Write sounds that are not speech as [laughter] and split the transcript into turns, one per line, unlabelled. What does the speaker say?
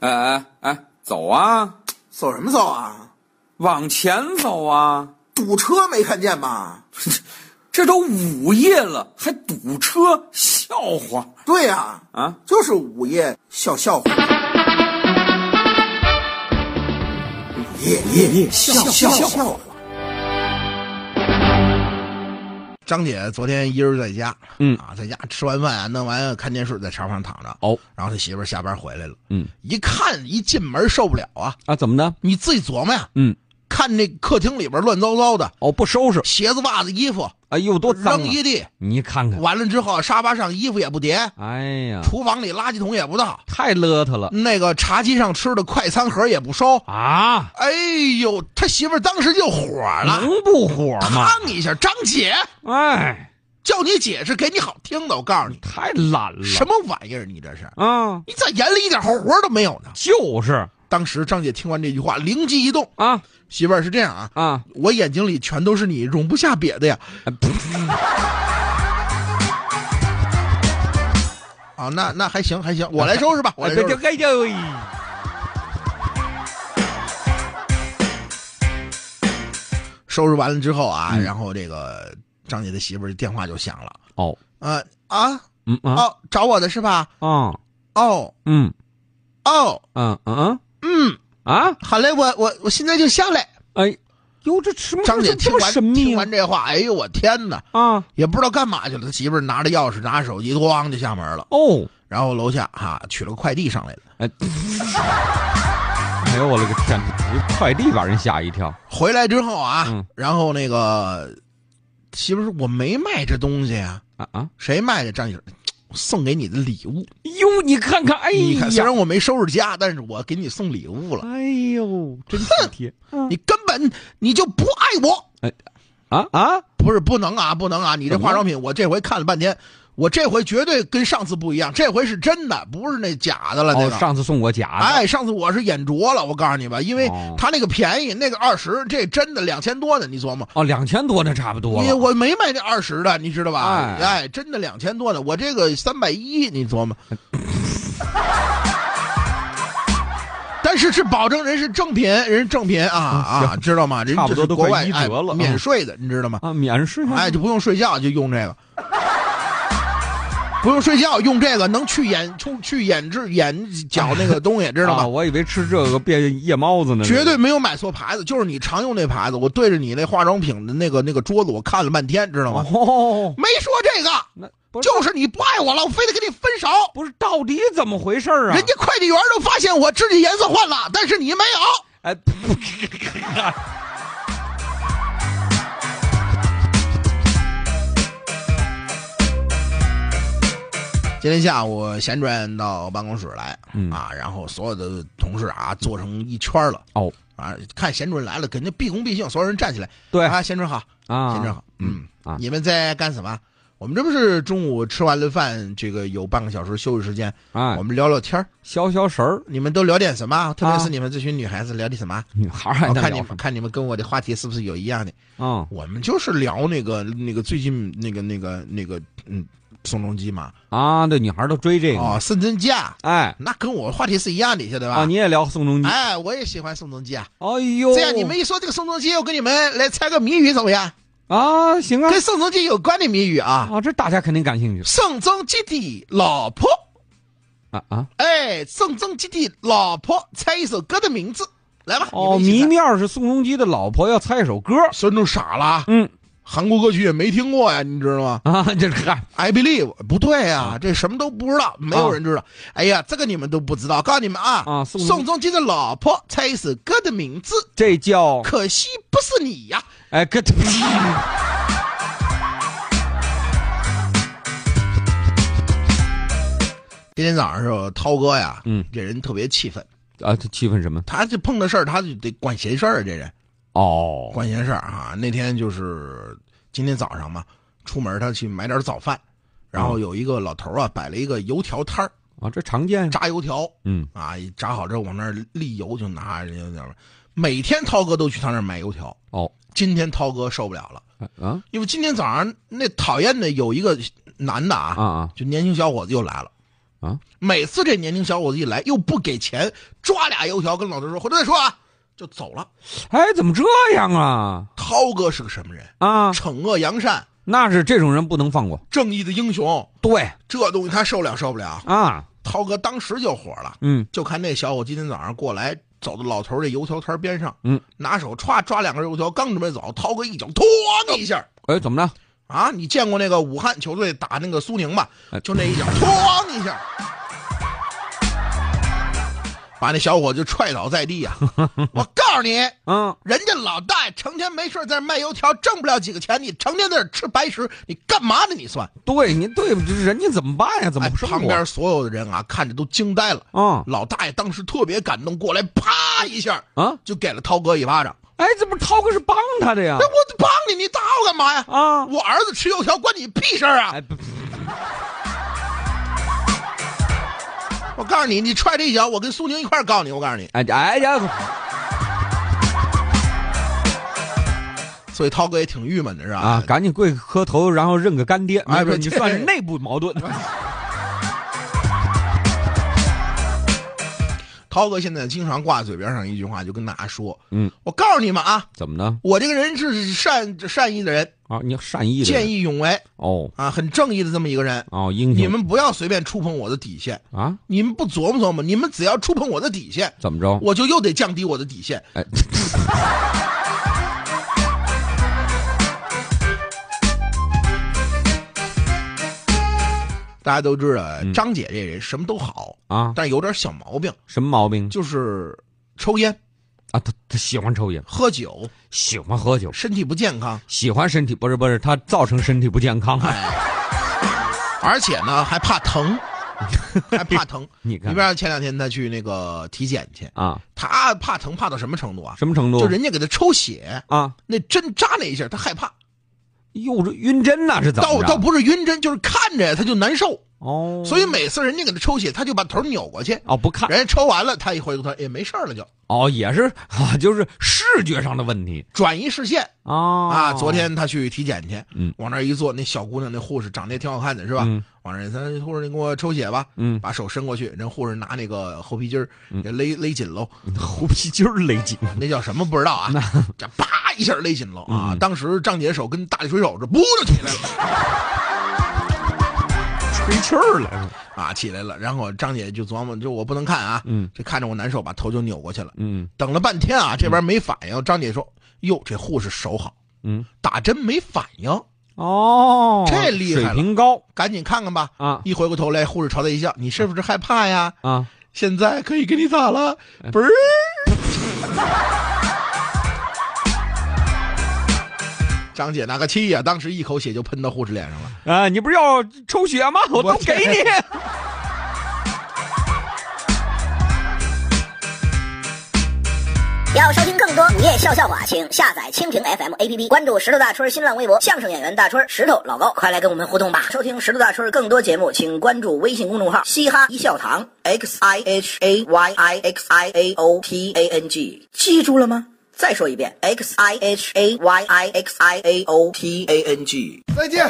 哎哎哎，走啊，
走什么走啊？
往前走啊！
堵车没看见吧？
这都午夜了，还堵车，笑话
对呀、
啊！
就是午夜笑笑话。夜夜夜笑笑笑话。
张姐昨天一人在家，
嗯
啊，在家吃完饭啊，弄完啊看电视，在床上躺着。
哦，
然后他媳妇儿下班回来了，
嗯，
一看一进门受不了啊，
啊，怎么的？
你自己琢磨呀，
嗯，
看这客厅里边乱糟糟的，
哦，不收拾，
鞋子、袜子、衣服
哎呦，多脏
扔
啊！
一地，
你看看，
完了之后沙发上衣服也不叠，
哎呀，
厨房里垃圾桶也不倒，
太邋遢了
嗯
那个茶几上吃的快餐盒也不收。
啊！
哎呦，他媳妇儿当时就火了，
能不火
[laughs]
吗？
嘡一下，张姐
哎，
叫你姐是给你好听的，我告诉你，
太懒了。
什么玩意儿？你这是？
啊？
你咋眼里一点活都没有呢？
就是
当时张姐听完这句话，灵机一动，
啊
媳妇儿是这样啊，
啊！
我眼睛里全都是你，容不下瘪的呀。
哎噗
[laughs] 啊，那那还行还行，我来收拾吧，我来收拾。
哎呦，
收拾完了之后啊，
嗯
然后这个张姐的媳妇儿电话就响了，
哦，
啊啊
嗯啊
哦，找我的是吧？
啊，
哦
嗯
哦，
嗯嗯
嗯，
啊！
好嘞，我我我现在就下来。
哎，哟，这什么
张姐
这
听
么
完
神秘
听
啊
完这话，哎呦我天哪，
啊？
也不知道干嘛去了。他媳妇儿拿着钥匙，拿着手机，咣就下门了。
哦，
然后楼下哈、取了个快递上来了，
哎，哎呦我了个天哪！这快递把人吓一跳。
回来之后啊，
嗯
然后那个媳妇儿说：“我没卖这东西啊，
啊啊！
谁卖的？”张姐说：“我送给你的礼物，
哟，你看看，哎
你看，虽
呀
然，我没收拾家，但是我给你送礼物了。
哎呦，真体贴
你根本你就不爱我，
啊啊！
不是不能啊，不能啊！你这
怎么
化
了
妆品，我这回看了半天，我这回绝对跟上次不一样，这回是真的，不是那假的了。那
哦，
个。
上次送我假的，
哎，上次我是眼拙了，我告诉你吧，因为
哦
他那个便宜，那个二十，这真的两千多的，你琢磨。
哦，两千多那差不多
你
了。
我没卖这二十的，你知道吧？
哎
哎，真的两千多的，我这个三百一，你琢磨。 [laughs] 但是是保证人是正品，人是正品啊啊，知道吗？人
嗯差不
这
多
是
都
国
快
外
一折了
哎
啊
免税的，你知道吗？
啊，免税
哎，就不用睡觉，就用这个， [laughs] 不用睡觉，用这个能去眼出去眼睑眼角那个
[laughs]
东西，知道
啊
吗？
我以为吃这个变夜猫子呢，
绝对没有买错牌子，就是你常用那牌子。我对着你那化妆品的那个那个桌子，我看了半天，知道吗？
哦，
没说这个，
那不是
啊就是你不爱我了，我非得跟你分手。
不是到底怎么回事儿啊？
人家快递员都发现我指甲颜色换了，但是你没有。
哎， [laughs] 噗
今天下午闲转到办公室来、
嗯
啊，然后所有的同事啊坐成一圈了
哦
啊，看闲准来了，肯定毕恭毕敬，所有人站起来。
对
啊，闲准好，闲准
哎啊，
好，嗯
啊
你们在干什么？我们这不是中午吃完了饭，这个有半个小时休息时间，
哎
我，们聊聊天儿
消消神儿，
你们都聊点什么？特别
啊
是你们这群女孩子聊的什么？
女孩儿还
我
能
看你
聊
们
什么
看你们跟我的话题是不是有一样的？
啊
我们就是聊那个那个最近那个那个那个嗯，宋仲基嘛，
啊？对，女孩儿都追这
哦，
个，
宋仲基啊，
哎
那跟我话题是一样的，晓得吧？
啊，你也聊宋仲基？
哎，我也喜欢宋仲基啊。
哎呦，
这样你们一说这个宋仲基，我跟你们来猜个谜语怎么样？
啊，行啊
跟宋仲基有关的谜语啊，
啊，这大家肯定感兴趣
宋仲基的老婆，
啊啊！
哎，宋仲基的老婆，猜一首歌的名字，来吧。
哦，
你们一
谜
起猜。
面儿是宋仲基的老婆要猜一首歌，
孙仲傻了，
嗯
韩国歌曲也没听过呀，你知道吗？
啊，这是嗨
I believe 不对啊，这什么都不知道，没有
啊
人知道。哎呀，这个你们都不知道，告诉你们啊，
啊宋
宋仲基的老婆猜一首歌的名字，
这叫
可惜不是你呀、
哎，跟
今天早上的时候，涛哥呀，
嗯，
这人特别气愤，
[laughs] 啊，这气氛什么？
他这碰到事儿，他就得管闲事儿啊，这人
哦，
管闲事儿啊。那天就是今天早上嘛，出门他去买点早饭，然后有一个老头啊摆了一个油条摊儿，
啊，这常见
炸油条，
嗯
啊，一炸好之后往那儿沥油，就拿人家那儿。每天涛哥都去他那儿买油条。
哦
今天涛哥受不了了，
啊
因为今天早上那讨厌的有一个男的啊，
啊啊
就年轻小伙子又来了，
啊，
每次这年轻小伙子一来又不给钱，抓俩油条跟老头说回头再说啊，就走了。
哎，怎么这样啊？
涛哥是个什么人？
啊，
惩恶扬善，
那是这种人不能放过。
正义的英雄，
对
这东西他受不了受不了。
啊，
涛哥当时就火了，
嗯，
就看那小伙今天早上过来，走到老头这油条摊边上，
嗯，
拿手歘抓两根油条，刚准备走，涛哥一脚拖你一下。
哎，怎么着？
啊，你见过那个武汉球队打那个苏宁吧
哎？
就那一脚，哐一下，把那小伙就踹倒在
[laughs]
地啊！我告诉你，
啊，
人家老大爷成天没事在那卖油条，挣不了几个钱，你成天在这吃白食，你干嘛呢？你算？
对你对，这人家怎么办呀？怎么
哎，
生
旁
活？
边所有的人啊，看着都惊呆了。
啊
老大爷当时特别感动，过来啪一下
啊，
就给了涛哥一巴掌。
哎，这不涛哥是帮他的呀
哎，？我帮你，你打我干嘛呀？
啊，
我儿子吃油条关你屁事儿啊！
哎，不不
我告诉你，你踹这一脚，我跟苏宁一块儿告你。我告诉你，
哎哎呀，
所以涛哥也挺郁闷的，是吧？
啊，赶紧跪磕头，然后认个干爹。
哎
没准
不
你
这
算是内部矛
[laughs]
盾。
涛哥现在经常挂嘴边上一句话，就跟大家说：“
嗯，
我告诉你们啊，
怎么呢？
我这个人是善善意的人，
啊，你善意的
见义勇为
哦
啊，很正义的这么一个人。
哦，英
你
雄
们不要随便触碰我的底线，
啊，
你们不琢磨琢磨，你们只要触碰我的底线，
怎么着？
我就又得降低我的底线。
哎， [laughs]
大家都知道，
嗯
张姐这人什么都好，
啊，
但是有点小毛病，
什么毛病
就是抽烟、
啊？他他喜欢抽烟，
喝酒，
喜欢喝酒，
身体不健康，
喜欢身体不是不是，他造成身体不健康。 [laughs]
哎而且呢还怕疼，还怕疼。
你
你
看
比方前两天他去那个体检去，
啊，
他怕疼怕到什么程度啊？
什么程度？
就人家给他抽血，
啊，
那针扎那一下，他害怕，
又这晕针呐，是怎
倒
么着？
倒不是晕针，就是看着他就难受。
哦，
所以每次人家给他抽血，他就把头扭过去，
哦不看
人家抽完了，他一回头也没事儿了就，
哦也是 [laughs] 啊，就是视觉上的问题
转移视线
哦
啊。
[laughs]
昨天他去体检去，
嗯
往那儿一坐，那小姑娘那护士长得也挺好看的，是吧？
嗯
往那儿他护士，你给我抽血吧。
嗯，
把手伸过去，人护士拿那个猴皮筋儿给勒勒紧喽，
猴皮筋儿勒紧
那叫什么不知道啊？这叭一下勒紧了啊！
嗯
当时张姐手跟大力水手似的，扑就起来了
吹气儿来了，
啊，起来了。然后张姐就琢磨，就我不能看啊，
嗯
这看着我难受，把头就扭过去了。
嗯
等了半天啊，这边没反应。张姐说：“哟，这护士手好，
嗯
打针没反应，
哦，
这厉害了
水平高
赶紧看看吧。”
啊
一回过头来，护士朝他一笑：“你是不是害怕呀？
啊，
现在可以给你打了。”不是。张姐那个气呀、当时一口血就喷到护士脸上了。
啊，你不是要抽血吗？我都给你。
要收听更多午夜笑笑话，请下载蜻蜓 FM APP，关注石头大春新浪微博，相声演员大春、石头老高，快来跟我们互动吧！收听石头大春更多节目，请关注微信公众号“嘻哈一笑堂 ”x i h a y i x i a o t a n g，记住了吗？再说一遍，x i h a y i x i a o t a n g。
再见。